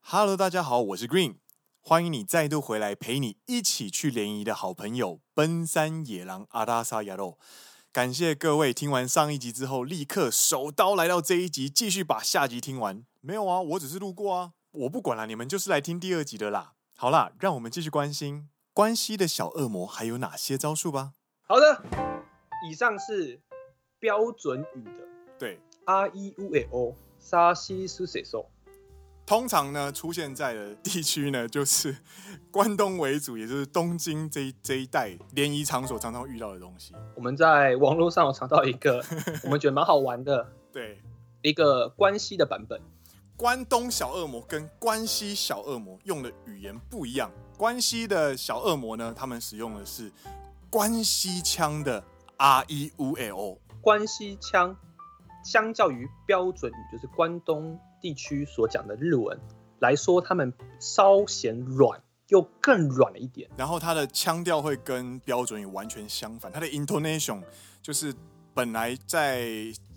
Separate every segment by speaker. Speaker 1: Hello，大家好，我是 Green，欢迎你再度回来，陪你一起去联谊的好朋友奔山野狼阿拉萨亚肉。感谢各位听完上一集之后，立刻手刀来到这一集，继续把下集听完。没有啊，我只是路过啊，我不管啦，你们就是来听第二集的啦。好啦，让我们继续关心关西的小恶魔还有哪些招数吧。
Speaker 2: 好的，以上是标准语的
Speaker 1: 对，
Speaker 2: R E U A O 沙西苏水兽，
Speaker 1: 通常呢，出现在的地区呢，就是 关东为主，也就是东京这一这一带联谊场所常常遇到的东西。
Speaker 2: 我们在网络上有查到一个我们觉得蛮好玩的
Speaker 1: 对，
Speaker 2: 一个关系的版本。
Speaker 1: 关东小恶魔跟关西小恶魔用的语言不一样。关西的小恶魔呢，他们使用的是关西腔的 R E U L O。
Speaker 2: 关西腔相较于标准语，就是关东地区所讲的日文来说，他们稍显软，又更软了一点。
Speaker 1: 然后它的腔调会跟标准语完全相反，它的 intonation 就是本来在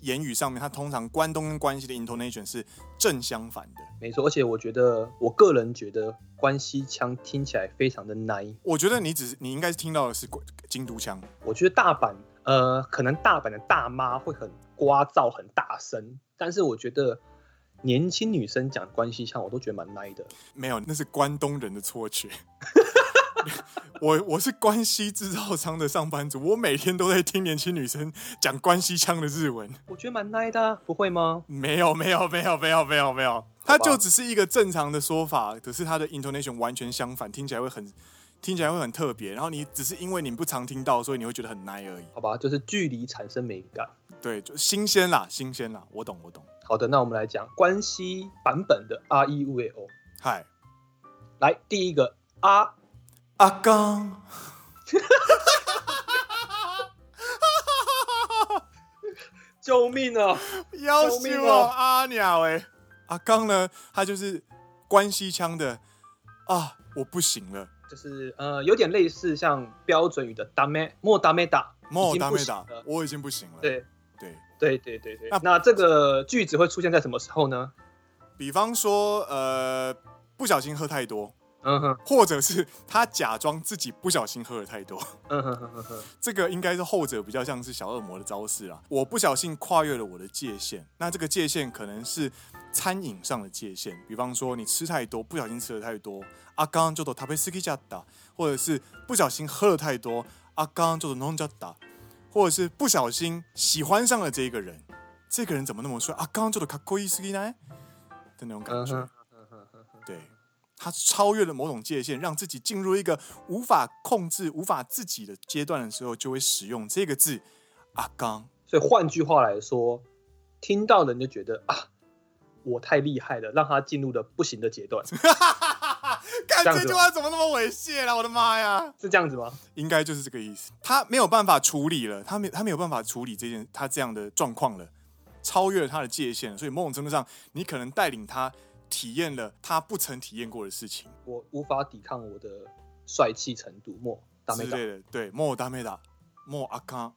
Speaker 1: 言语上面，它通常关东跟关西的 intonation 是正相反的。
Speaker 2: 没错，而且我觉得，我个人觉得关西腔听起来非常的奶。
Speaker 1: 我觉得你只是你应该是听到的是京都腔，
Speaker 2: 我觉得大阪，呃，可能大阪的大妈会很聒噪、很大声，但是我觉得年轻女生讲关系腔，我都觉得蛮 nice 的。
Speaker 1: 没有，那是关东人的错觉。 我我是关西制造商的上班族，我每天都在听年轻女生讲关西腔的日文。
Speaker 2: 我觉得蛮 nice 的啊、不会吗？
Speaker 1: 没有，没有，没有，没有，没有，没有，它就只是一个正常的说法，可是它的 intonation 完全相反，听起来会很听起来会很特别。然后你只是因为你不常听到，所以你会觉得很 nice 而已。
Speaker 2: 好吧，就是距离产生美感。
Speaker 1: 对，就新鲜啦，新鲜啦，我懂，我懂。
Speaker 2: 好的，那我们来讲关系版本的 R E U A O。
Speaker 1: 嗨，
Speaker 2: 来，第一个啊 R
Speaker 1: 阿刚，
Speaker 2: 救命啊！
Speaker 1: 要
Speaker 2: 救命
Speaker 1: 死
Speaker 2: 啊
Speaker 1: 我阿鸟哎、阿刚呢，他就是关西腔的啊，我不行了，
Speaker 2: 就是呃，有点类似像标准语的达咩莫达咩达，
Speaker 1: 莫
Speaker 2: 已经
Speaker 1: 达
Speaker 2: 不
Speaker 1: 没
Speaker 2: 行
Speaker 1: 打
Speaker 2: 了，
Speaker 1: 我已经不行了。
Speaker 2: 对
Speaker 1: 对
Speaker 2: 对对对对
Speaker 1: 那。
Speaker 2: 那这个句子会出现在什么时候呢？
Speaker 1: 比方说，呃，不小心喝太多，
Speaker 2: 嗯哼，
Speaker 1: 或者是他假装自己不小心喝了太多，
Speaker 2: 嗯哼哼哼哼。
Speaker 1: 这个应该是后者比较像是小恶魔的招式啦。我不小心跨越了我的界限，那这个界限可能是餐饮上的界限，比方说你吃太多，不小心吃了太多，啊，刚刚就都食べ過ぎちゃった，或者是不小心喝了太多，啊，刚刚就都飲んじゃった，或者是不小心喜欢上了这一个人，这个人怎么那么帅，啊，刚刚就都かっこいいすぎない的那种感
Speaker 2: 嗯
Speaker 1: 觉。
Speaker 2: 哼，嗯哼嗯哼
Speaker 1: 对，他超越了某种界限，让自己进入一个无法控制、无法自己的阶段的时候，就会使用这个字“阿刚
Speaker 2: 所以换句话来说，听到人就觉得啊，我太厉害了，让他进入了不行的阶 段，”。
Speaker 1: 看
Speaker 2: 这样子
Speaker 1: 这句话怎么那么猥亵啊了，我的妈呀！
Speaker 2: 是这样子吗？
Speaker 1: 应该就是这个意思。他没有办法处理了，他没他没有办法处理这件他这样的状况了，超越了他的界限了，所以某种程度上，你可能带领他体验了他不曾体验过的事情
Speaker 2: 我无法抵抗我的帅气程度，莫达
Speaker 1: 之
Speaker 2: 没达
Speaker 1: 类。的。对，莫达梅达，莫阿刚，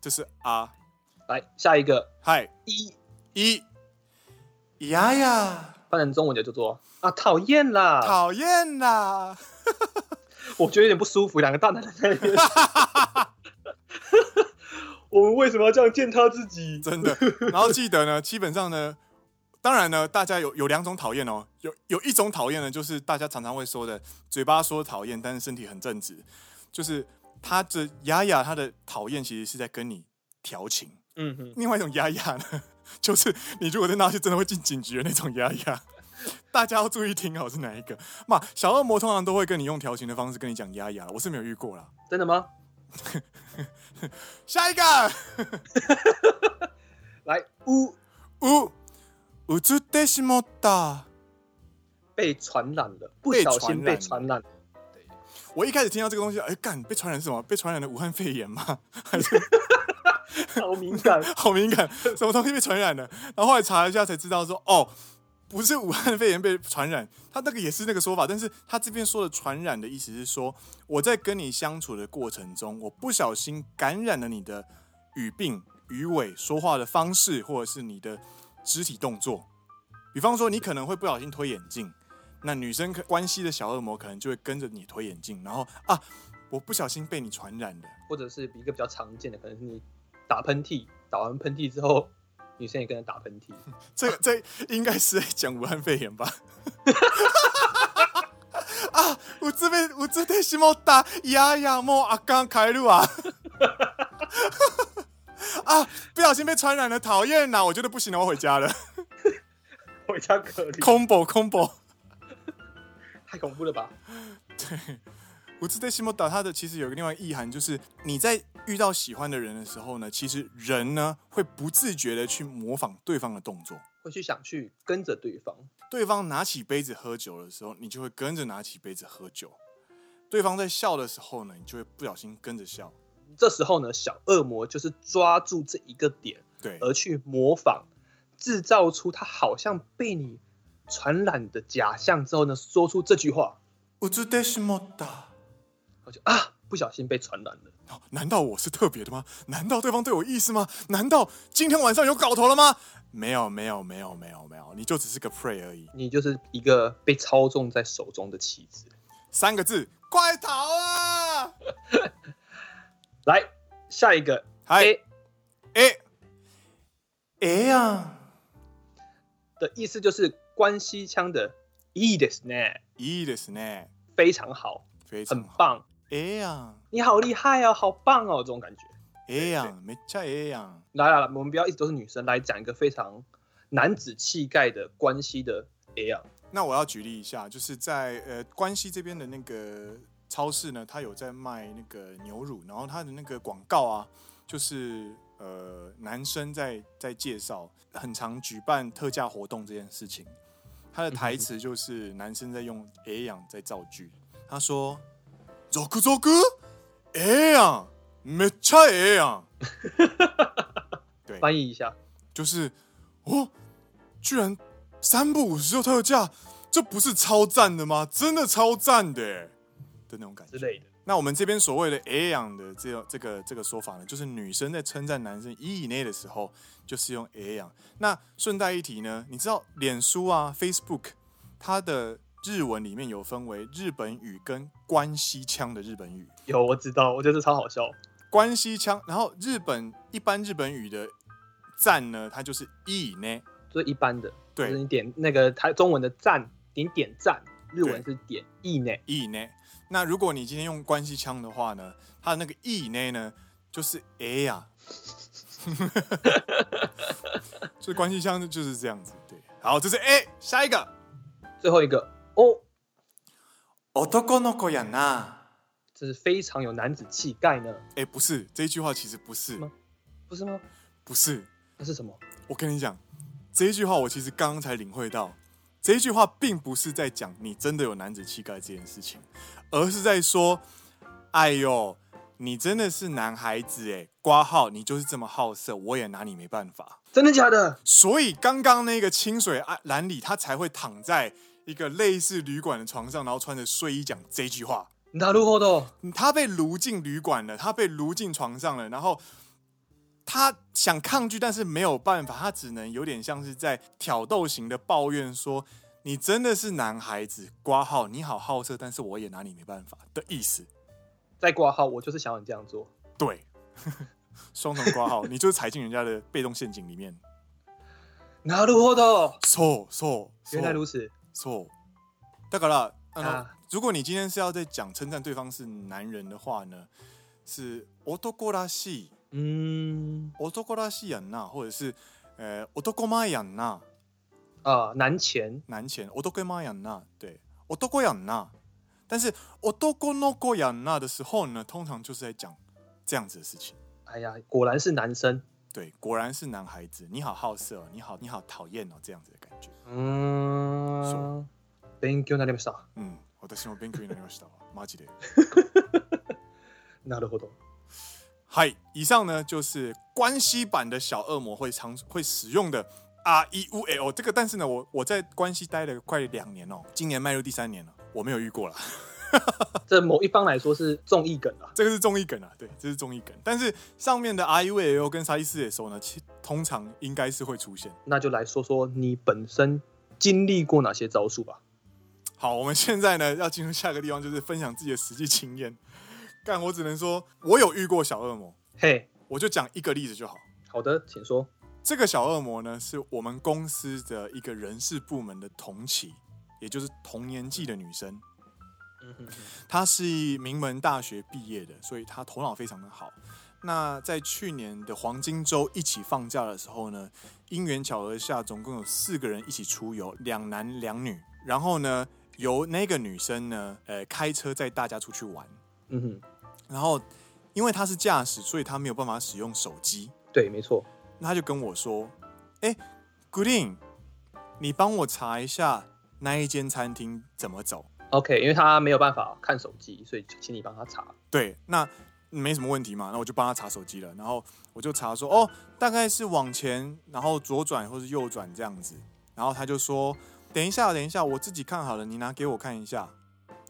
Speaker 1: 这是阿
Speaker 2: 来下一个
Speaker 1: 嗨。
Speaker 2: 一，
Speaker 1: 一，呀呀，
Speaker 2: 翻成中文就叫做啊讨厌啦，
Speaker 1: 讨厌啦！
Speaker 2: 我觉得有点不舒服，两个大男人在那边。 我们为什么要这样践踏自己？
Speaker 1: 真的。然后记得呢，基本上呢，当然呢，大家有有两种讨厌哦，有有一种讨厌呢，就是大家常常会说的，嘴巴说讨厌，但是身体很正直，就是他这雅雅他的讨厌其实是在跟你调情。
Speaker 2: 嗯哼，
Speaker 1: 另外一种雅雅呢， 就是你如果在闹去，真的会进警局的那种雅雅。大家要注意听好哦是哪一个嘛？小恶魔通常都会跟你用调情的方式跟你讲雅雅，我是没有遇过啦。
Speaker 2: 真的吗？
Speaker 1: 下一个，
Speaker 2: 来，呜，
Speaker 1: 五，映ってしまった。
Speaker 2: 被传染了，不
Speaker 1: 被
Speaker 2: 小
Speaker 1: 传
Speaker 2: 心被
Speaker 1: 染
Speaker 2: 传染了。
Speaker 1: 我一开始听到这个东西，哎，干，被传染是什么？被传染了武汉肺炎吗？还是
Speaker 2: 好敏感，
Speaker 1: 好敏感，什么东西被传染了？然后后来查一下才知道说，哦，不是武汉肺炎被传染，他那个也是那个说法，但是他这边说的传染的意思是说，我在跟你相处的过程中，我不小心感染了你的语病、语尾、说话的方式，或者是你的肢体动作。比方说，你可能会不小心推眼镜，那女生可关系的小恶魔可能就会跟着你推眼镜，然后啊，我不小心被你传染了，
Speaker 2: 或者是一个比较常见的，可能是你打喷嚏，打完喷嚏之后，女生也跟着打喷嚏。
Speaker 1: 这个这应该是在讲武汉肺炎吧？啊，我这边我这边是莫打呀呀莫阿刚开路啊！ 啊，不小心被传染了，讨厌呐！我觉得不行了，我回家了。
Speaker 2: 回家隔离，
Speaker 1: combo combo，
Speaker 2: 太恐怖了吧？
Speaker 1: 我这边西莫打他的其实有一个另外意涵，就是你在遇到喜欢的人的时候呢，其实人呢会不自觉的去模仿对方的动作。
Speaker 2: 会去想去跟着对方，
Speaker 1: 对方拿起杯子喝酒的时候，你就会跟着拿起杯子喝酒；对方在笑的时候呢，你就会不小心跟着笑。
Speaker 2: 这时候呢，小恶魔就是抓住这一个点，
Speaker 1: 对，
Speaker 2: 而去模仿，制造出他好像被你传染的假象之后呢，说出这句话，
Speaker 1: 我这得是莫大。
Speaker 2: 我就啊，不小心被传染了。
Speaker 1: 哦难道我是特别的吗？难道对方对我有意思吗？难道今天晚上有搞头了吗？没有，没有，没有，没有，没有，你就只是个 prey 而已。
Speaker 2: 你就是一个被操纵在手中的棋子。
Speaker 1: 三个字，快逃啊！
Speaker 2: 来，下一个
Speaker 1: 嗨
Speaker 2: A
Speaker 1: 哎哎呀，
Speaker 2: 的意思就是关西腔的 E ですね，
Speaker 1: いいですね，
Speaker 2: 非常好，
Speaker 1: 非常
Speaker 2: 很
Speaker 1: 好。
Speaker 2: 棒，
Speaker 1: 哎呀，
Speaker 2: 你好厉害哦，好棒哦，这种感觉。
Speaker 1: 哎呀，没加哎呀。
Speaker 2: 来来来，我们不要一直都是女生，来讲一个非常男子气概的关西的 A 啊，
Speaker 1: 那我要举例一下，就是在呃关西这边的那个超市呢，它有在卖那个牛乳，然后它的那个广告啊，就是呃男生在在介绍，很常举办特价活动这件事情。他的台词就是男生在用 A 样在造句，他说：“走く走く，A 样，めっちゃ A 样。”对，
Speaker 2: 翻译一下，
Speaker 1: 就是哦，居然三不五十就特价，这不是超赞的吗？真的超赞的耶的那种感
Speaker 2: 之
Speaker 1: 觉。
Speaker 2: 类的。
Speaker 1: 那我们这边所谓的 “a 样”的这这个这个说法呢，就是女生在称赞男生一以内的时候，就是用 “a 样”。那顺带一提呢，你知道脸书啊、Facebook 它的日文里面有分为日本语跟关西腔的日本语。
Speaker 2: 有，我知道，我觉得这超好笑。
Speaker 1: 关西腔，然后日本一般日本语的赞呢，它就是一以内，
Speaker 2: 就是一般的，
Speaker 1: 对
Speaker 2: 就是你点那个台中文的赞，你点赞，日文是点意内，
Speaker 1: 以内。那如果你今天用关系腔的话呢，它的那个以内呢，就是 a 呀、啊， 所以关系腔就是这样子。对，好，这是 a，下一个。
Speaker 2: 最后一个哦，
Speaker 1: 男の子やな。
Speaker 2: 这是非常有男子气概呢，
Speaker 1: 哎、不是，这一句话其实不是
Speaker 2: 吗，不是吗？
Speaker 1: 不是。
Speaker 2: 那是什么？
Speaker 1: 我跟你讲，这一句话我其实刚刚才领会到，这一句话并不是在讲你真的有男子气概这件事情，而是在说，哎呦，你真的是男孩子哎，挂号你就是这么好色，我也拿你没办法。
Speaker 2: 真的假的？
Speaker 1: 所以刚刚那个清水啊兰里，他才会躺在一个类似旅馆的床上，然后穿着睡衣讲这句话。
Speaker 2: なるほど。
Speaker 1: 嗯他被掳进旅馆了，他被掳进床上了，然后他想抗拒，但是没有办法，他只能有点像是在挑逗型的抱怨说：“你真的是男孩子，挂号你好好色，但是我也拿你没办法”的意思。
Speaker 2: 再挂号，我就是想要你这样做。
Speaker 1: 对，双重挂号，你就是踩进人家的被动陷阱里面。
Speaker 2: なるほど。
Speaker 1: 错错，
Speaker 2: 原来如此。
Speaker 1: 错。だから、あの呃
Speaker 2: 啊
Speaker 1: 如果你今天是要在讲称赞对方是男人的话呢，是男らしい。
Speaker 2: 嗯
Speaker 1: 男らしいやんな，或者是呃男前やんな，
Speaker 2: 啊，男前
Speaker 1: 男前男前やんな，对，男やんな。但是男の子やんな的时候呢，通常就是在讲这样子的事情。
Speaker 2: 哎呀，果然是男生。
Speaker 1: 对，果然是男孩子，你好好色、哦，你好你好讨厌哦，这样子的感觉。
Speaker 2: 嗯，勉強になりました。
Speaker 1: 嗯，私も勉強になりましたわ。マジで。
Speaker 2: なるほど。
Speaker 1: 嗨，以上呢就是关系版的小恶魔会常会使用的 R E U L 这个，但是呢，我我在关系待了快两年哦，今年迈入第三年了，我没有遇过啦。
Speaker 2: 这某一方来说是综艺梗啊。
Speaker 1: 这个是综艺梗啊，对，这是综艺梗。但是上面的 I U A O 跟沙利斯的时候呢，其通常应该是会出现。
Speaker 2: 那就来说说你本身经历过哪些招数吧。
Speaker 1: 好，我们现在呢 要进入下个地方，就是分享自己的实际经验。但我只能说，我有遇过小恶魔，
Speaker 2: 嘿，
Speaker 1: 我就讲一个例子就好。
Speaker 2: 好的，请说。
Speaker 1: 这个小恶魔呢，是我们公司的一个人事部门的同期，也就是同年纪的女生。
Speaker 2: 嗯哼哼，
Speaker 1: 她是名门大学毕业的，所以她头脑非常的好。那在去年的黄金周一起放假的时候呢，因缘巧合下，总共有四个人一起出游，两男两女。然后呢，由那个女生呢，呃，开车载大家出去玩。
Speaker 2: 嗯哼，
Speaker 1: 然后，因为她是驾驶，所以她没有办法使用手机。
Speaker 2: 对，没错。
Speaker 1: 那他就跟我说：“哎、g r e e n 你帮我查一下那一间餐厅怎么走。
Speaker 2: OK，因为他没有办法看手机，所以请你帮他查。”
Speaker 1: 对，那没什么问题嘛，那我就帮他查手机了。然后我就查说：“哦，大概是往前，然后左转或是右转这样子。”然后他就说：“等一下，等一下，我自己看好了，你拿给我看一下。”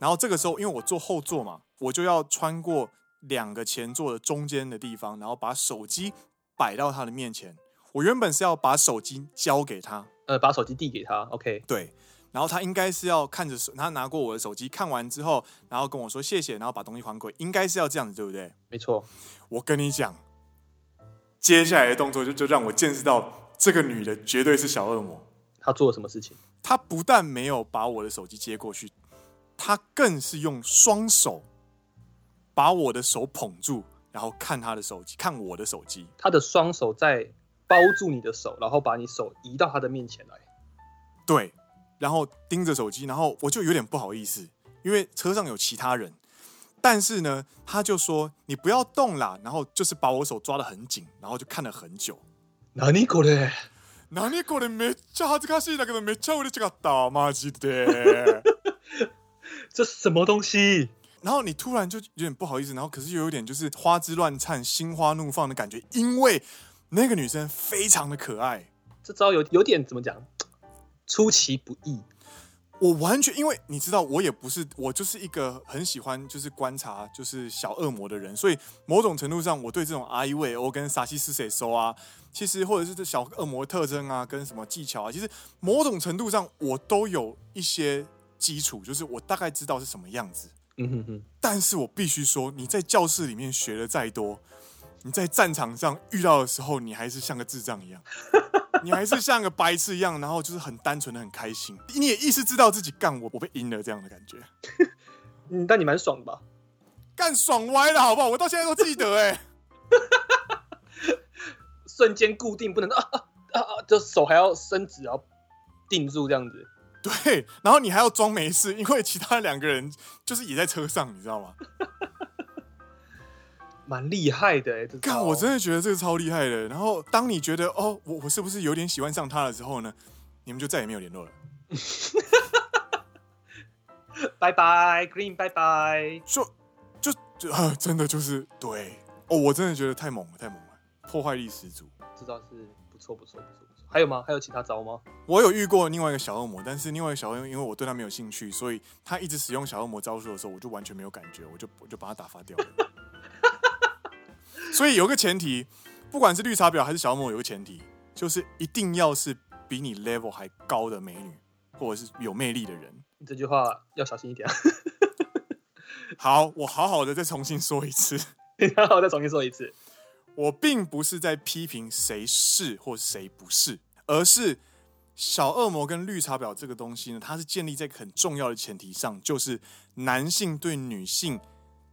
Speaker 1: 然后这个时候，因为我坐后座嘛，我就要穿过两个前座的中间的地方，然后把手机摆到他的面前。我原本是要把手机交给他，
Speaker 2: 呃，把手机递给他。OK，
Speaker 1: 对，然后他应该是要看着手，他拿过我的手机看完之后，然后跟我说谢谢，然后把东西还给我，应该是要这样子，对不对？
Speaker 2: 没错。
Speaker 1: 我跟你讲，接下来的动作就就让我见识到这个女的绝对是小恶魔。
Speaker 2: 他做了什么事情？
Speaker 1: 她不但没有把我的手机接过去，她更是用双手把我的手捧住，然后看她的手机，看我的手机。
Speaker 2: 他的双手在包住你的手，然后把你手移到他的面前来。
Speaker 1: 对，然后盯着手机，然后我就有点不好意思，因为车上有其他人。但是呢，他就说你不要动啦，然后就是把我手抓得很紧，然后就看了很久。
Speaker 2: 哪里狗嘞？
Speaker 1: 何これめっちゃ恥ずかしいだけどめっちゃ嬉しかったマジで。
Speaker 2: 这是什么东西？
Speaker 1: 然后你突然就有点不好意思，然后可是又有点就是花枝乱颤、心花怒放的感觉，因为那个女生非常的可爱。
Speaker 2: 这招有有点怎么讲？出其不意。
Speaker 1: 我完全因为你知道，我也不是我就是一个很喜欢就是观察就是小恶魔的人，所以某种程度上，我对这种阿伊维欧跟撒西斯谁收啊，其实或者是这小恶魔的特征啊，跟什么技巧啊，其实某种程度上我都有一些基础，就是我大概知道是什么样子。
Speaker 2: 嗯哼哼，
Speaker 1: 但是我必须说，你在教室里面学的再多，你在战场上遇到的时候，你还是像个智障一样，你还是像个白痴一样，然后就是很单纯的很开心，你也意识知道自己干我我被赢了这样的感觉，
Speaker 2: 嗯，但你蛮爽的吧？
Speaker 1: 干爽歪了好不好？我到现在都记得哎、
Speaker 2: 瞬间固定，不能啊啊啊啊！就手还要伸直，然后定住这样子。
Speaker 1: 对，然后你还要装没事，因为其他两个人就是也在车上，你知道吗？
Speaker 2: 蛮厉害的哎、欸，这
Speaker 1: 干，
Speaker 2: 招
Speaker 1: 我真的觉得这个超厉害的。然后当你觉得哦，我我是不是有点喜欢上他的时候呢，你们就再也没有联络了。
Speaker 2: 拜拜，Green 拜拜。
Speaker 1: 就就就、呃、真的就是对哦，我真的觉得太猛了，太猛了，破坏力十足。
Speaker 2: 这招是不错不错不错不错。还有吗？还有其他招吗？
Speaker 1: 我有遇过另外一个小恶魔，但是另外一个小恶魔，因为我对他没有兴趣，所以他一直使用小恶魔招数的时候，我就完全没有感觉，我就我就把他打发掉了。 所以有个前提，不管是绿茶婊还是小恶魔，有个前提就是一定要是比你 level 还高的美女，或者是有魅力的人。
Speaker 2: 这句话要小心一点。
Speaker 1: 好，我好好的再重新说一次。
Speaker 2: 然后再重新说一次。
Speaker 1: 我并不是在批评谁是或谁不是，而是小恶魔跟绿茶婊这个东西呢，它是建立在一个很重要的前提上，就是男性对女性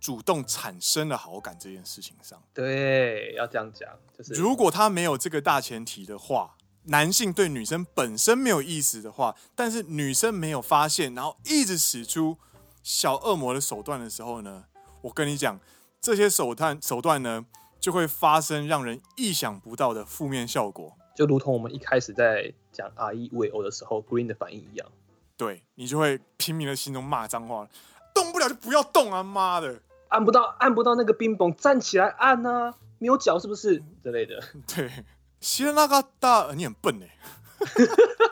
Speaker 1: 主动产生了好感这件事情上。
Speaker 2: 对，要这样讲，就是
Speaker 1: 如果他没有这个大前提的话，男性对女生本身没有意思的话，但是女生没有发现，然后一直使出小恶魔的手段的时候呢，我跟你讲，这些手段手段呢，就会发生让人意想不到的负面效果。
Speaker 2: 就如同我们一开始在讲 R E V O 的时候，Green 的反应一样。
Speaker 1: 对你就会拼命的心中骂脏话，动不了就不要动啊！妈的，
Speaker 2: 按不到，按不到那个冰崩，站起来按啊！没有脚是不是之类的？
Speaker 1: 对，希拉那个大，你很笨欸呢、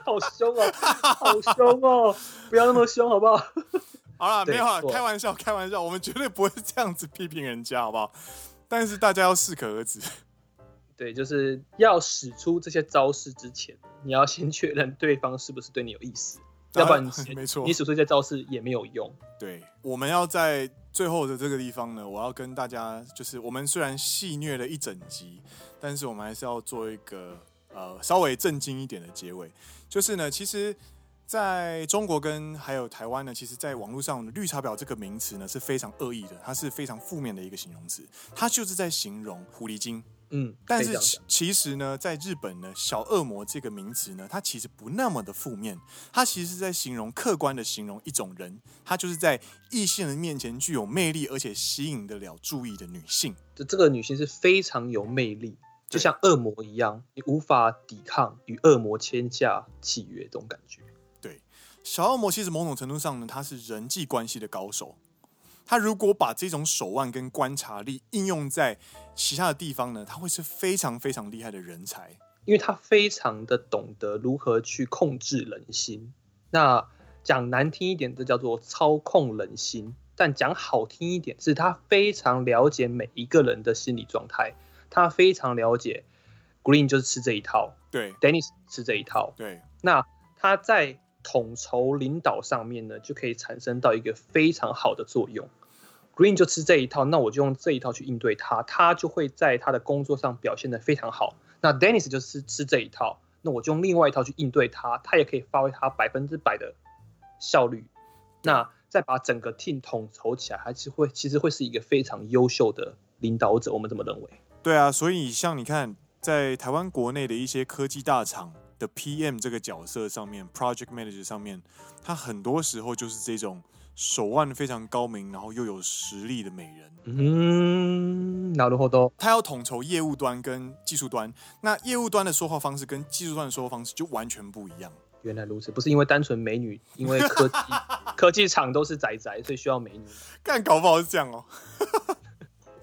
Speaker 2: 好凶哦，好凶哦！不要那么凶，好不 好？
Speaker 1: 好啦，
Speaker 2: 对
Speaker 1: 没有啦，
Speaker 2: 错
Speaker 1: 开玩笑， 开玩笑，我们绝对不会这样子批评人家，好不好？但是大家要适可而止。
Speaker 2: 对，就是要使出这些招式之前，你要先确认对方是不是对你有意思。 要不然
Speaker 1: 啊
Speaker 2: 你
Speaker 1: 没错
Speaker 2: 你，所说在造势也没有用。
Speaker 1: 对，我们要在最后的这个地方呢，我要跟大家就是，我们虽然戏虐了一整集，但是我们还是要做一个呃稍微震惊一点的结尾。就是呢，其实在中国跟还有台湾呢，其实在网络上“绿茶婊”这个名词呢是非常恶意的，它是非常负面的一个形容词，它就是在形容狐狸精。
Speaker 2: 嗯，
Speaker 1: 但
Speaker 2: 可以
Speaker 1: 是
Speaker 2: 这样
Speaker 1: 其
Speaker 2: 讲
Speaker 1: 其实呢，在日本呢，“小恶魔”这个名词呢，它其实不那么的负面，它其实是在形容客观的形容一种人，她就是在异性人面前具有魅力而且吸引得了注意的女性。
Speaker 2: 这这个女性是非常有魅力，就像恶魔一样，你无法抵抗与恶魔签下契约这种感觉。
Speaker 1: 小恶魔其实某种程度上呢，他是人际关系的高手。他如果把这种手腕跟观察力应用在其他的地方呢，他会是非常非常厉害的人才。
Speaker 2: 因为他非常的懂得如何去控制人心。那讲难听一点，这叫做操控人心；但讲好听一点，是他非常了解每一个人的心理状态，他非常了解 Green 就是吃这一套
Speaker 1: 对
Speaker 2: ，Dennis 吃这一套。
Speaker 1: 对，
Speaker 2: 那他在统筹领导上面呢，就可以产生到一个非常好的作用。Green 就吃这一套，那我就用这一套去应对他，他就会在他的工作上表现得非常好。那 Dennis 就吃吃这一套，那我就用另外一套去应对他，他也可以发挥他百分之百的效率。那再把整个 team 统筹起来，还是会其实会是一个非常优秀的领导者，我们这么认为。
Speaker 1: 对啊，所以像你看，在台湾国内的一些科技大厂的 PM 这个角色上面，Project Manager 上面，他很多时候就是这种手腕非常高明，然后又有实力的美人。
Speaker 2: 嗯，なるほど。
Speaker 1: 他要统筹业务端跟技术端，那业务端的说话方式跟技术端的说话方式就完全不一样。
Speaker 2: 原来如此，不是因为单纯美女，因为科技 科技厂都是宅宅，所以需要美女。
Speaker 1: 干搞不好是这样哦。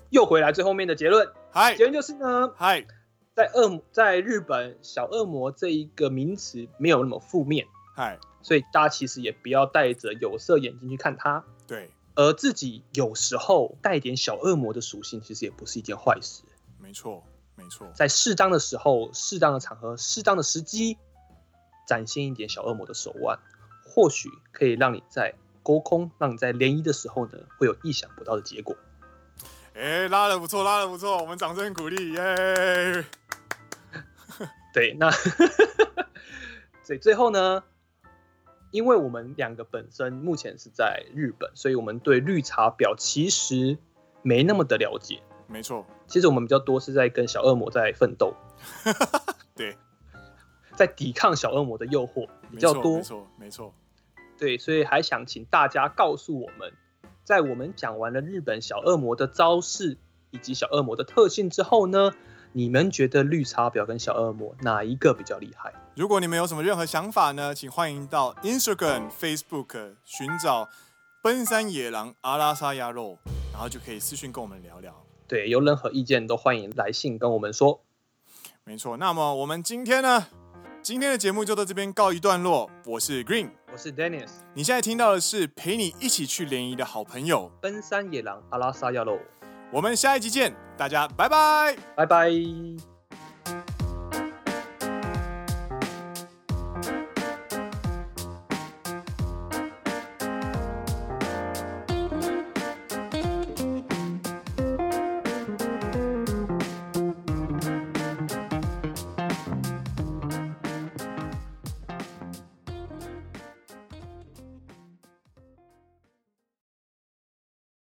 Speaker 2: 又回来最后面的结论，
Speaker 1: 嗨
Speaker 2: 结论就是呢，
Speaker 1: 嗨，
Speaker 2: 在恶魔在日本，小恶魔这一个名词没有那么负面，
Speaker 1: 嗨，
Speaker 2: 所以大家其实也不要戴着有色眼镜去看它，
Speaker 1: 对，
Speaker 2: 而自己有时候带一点小恶魔的属性，其实也不是一件坏事。
Speaker 1: 没错，没错，
Speaker 2: 在适当的时候、适当的场合、适当的时机，展现一点小恶魔的手腕，或许可以让你在沟空、让你在联谊的时候呢，会有意想不到的结果。
Speaker 1: 哎、拉的不错，拉的不错，我们掌声鼓励，耶！
Speaker 2: 对，那 所以最后呢，因为我们两个本身目前是在日本，所以我们对绿茶婊其实没那么的了解。
Speaker 1: 没错，
Speaker 2: 其实我们比较多是在跟小恶魔在奋斗，
Speaker 1: 对，
Speaker 2: 在抵抗小恶魔的诱惑比
Speaker 1: 没
Speaker 2: 较
Speaker 1: 错，
Speaker 2: 多
Speaker 1: 没。错，没错。
Speaker 2: 对，所以还想请大家告诉我们，在我们讲完了日本小恶魔的招式以及小恶魔的特性之后呢，你们觉得绿茶婊跟小恶魔哪一个比较厉害？
Speaker 1: 如果你们有什么任何想法呢，请欢迎到 Instagram、Facebook 寻找奔山野狼阿拉萨鸭肉，然后就可以私讯跟我们聊聊。
Speaker 2: 对，有任何意见都欢迎来信跟我们说。
Speaker 1: 没错，那么我们今天呢，今天的节目就到这边告一段落。我是 Green，
Speaker 2: 我是 Dennis，
Speaker 1: 你现在听到的是陪你一起去联谊的好朋友。
Speaker 2: 奔山野狼阿拉萨亚喽，
Speaker 1: 我们下一集见，大家拜拜。
Speaker 2: 拜拜。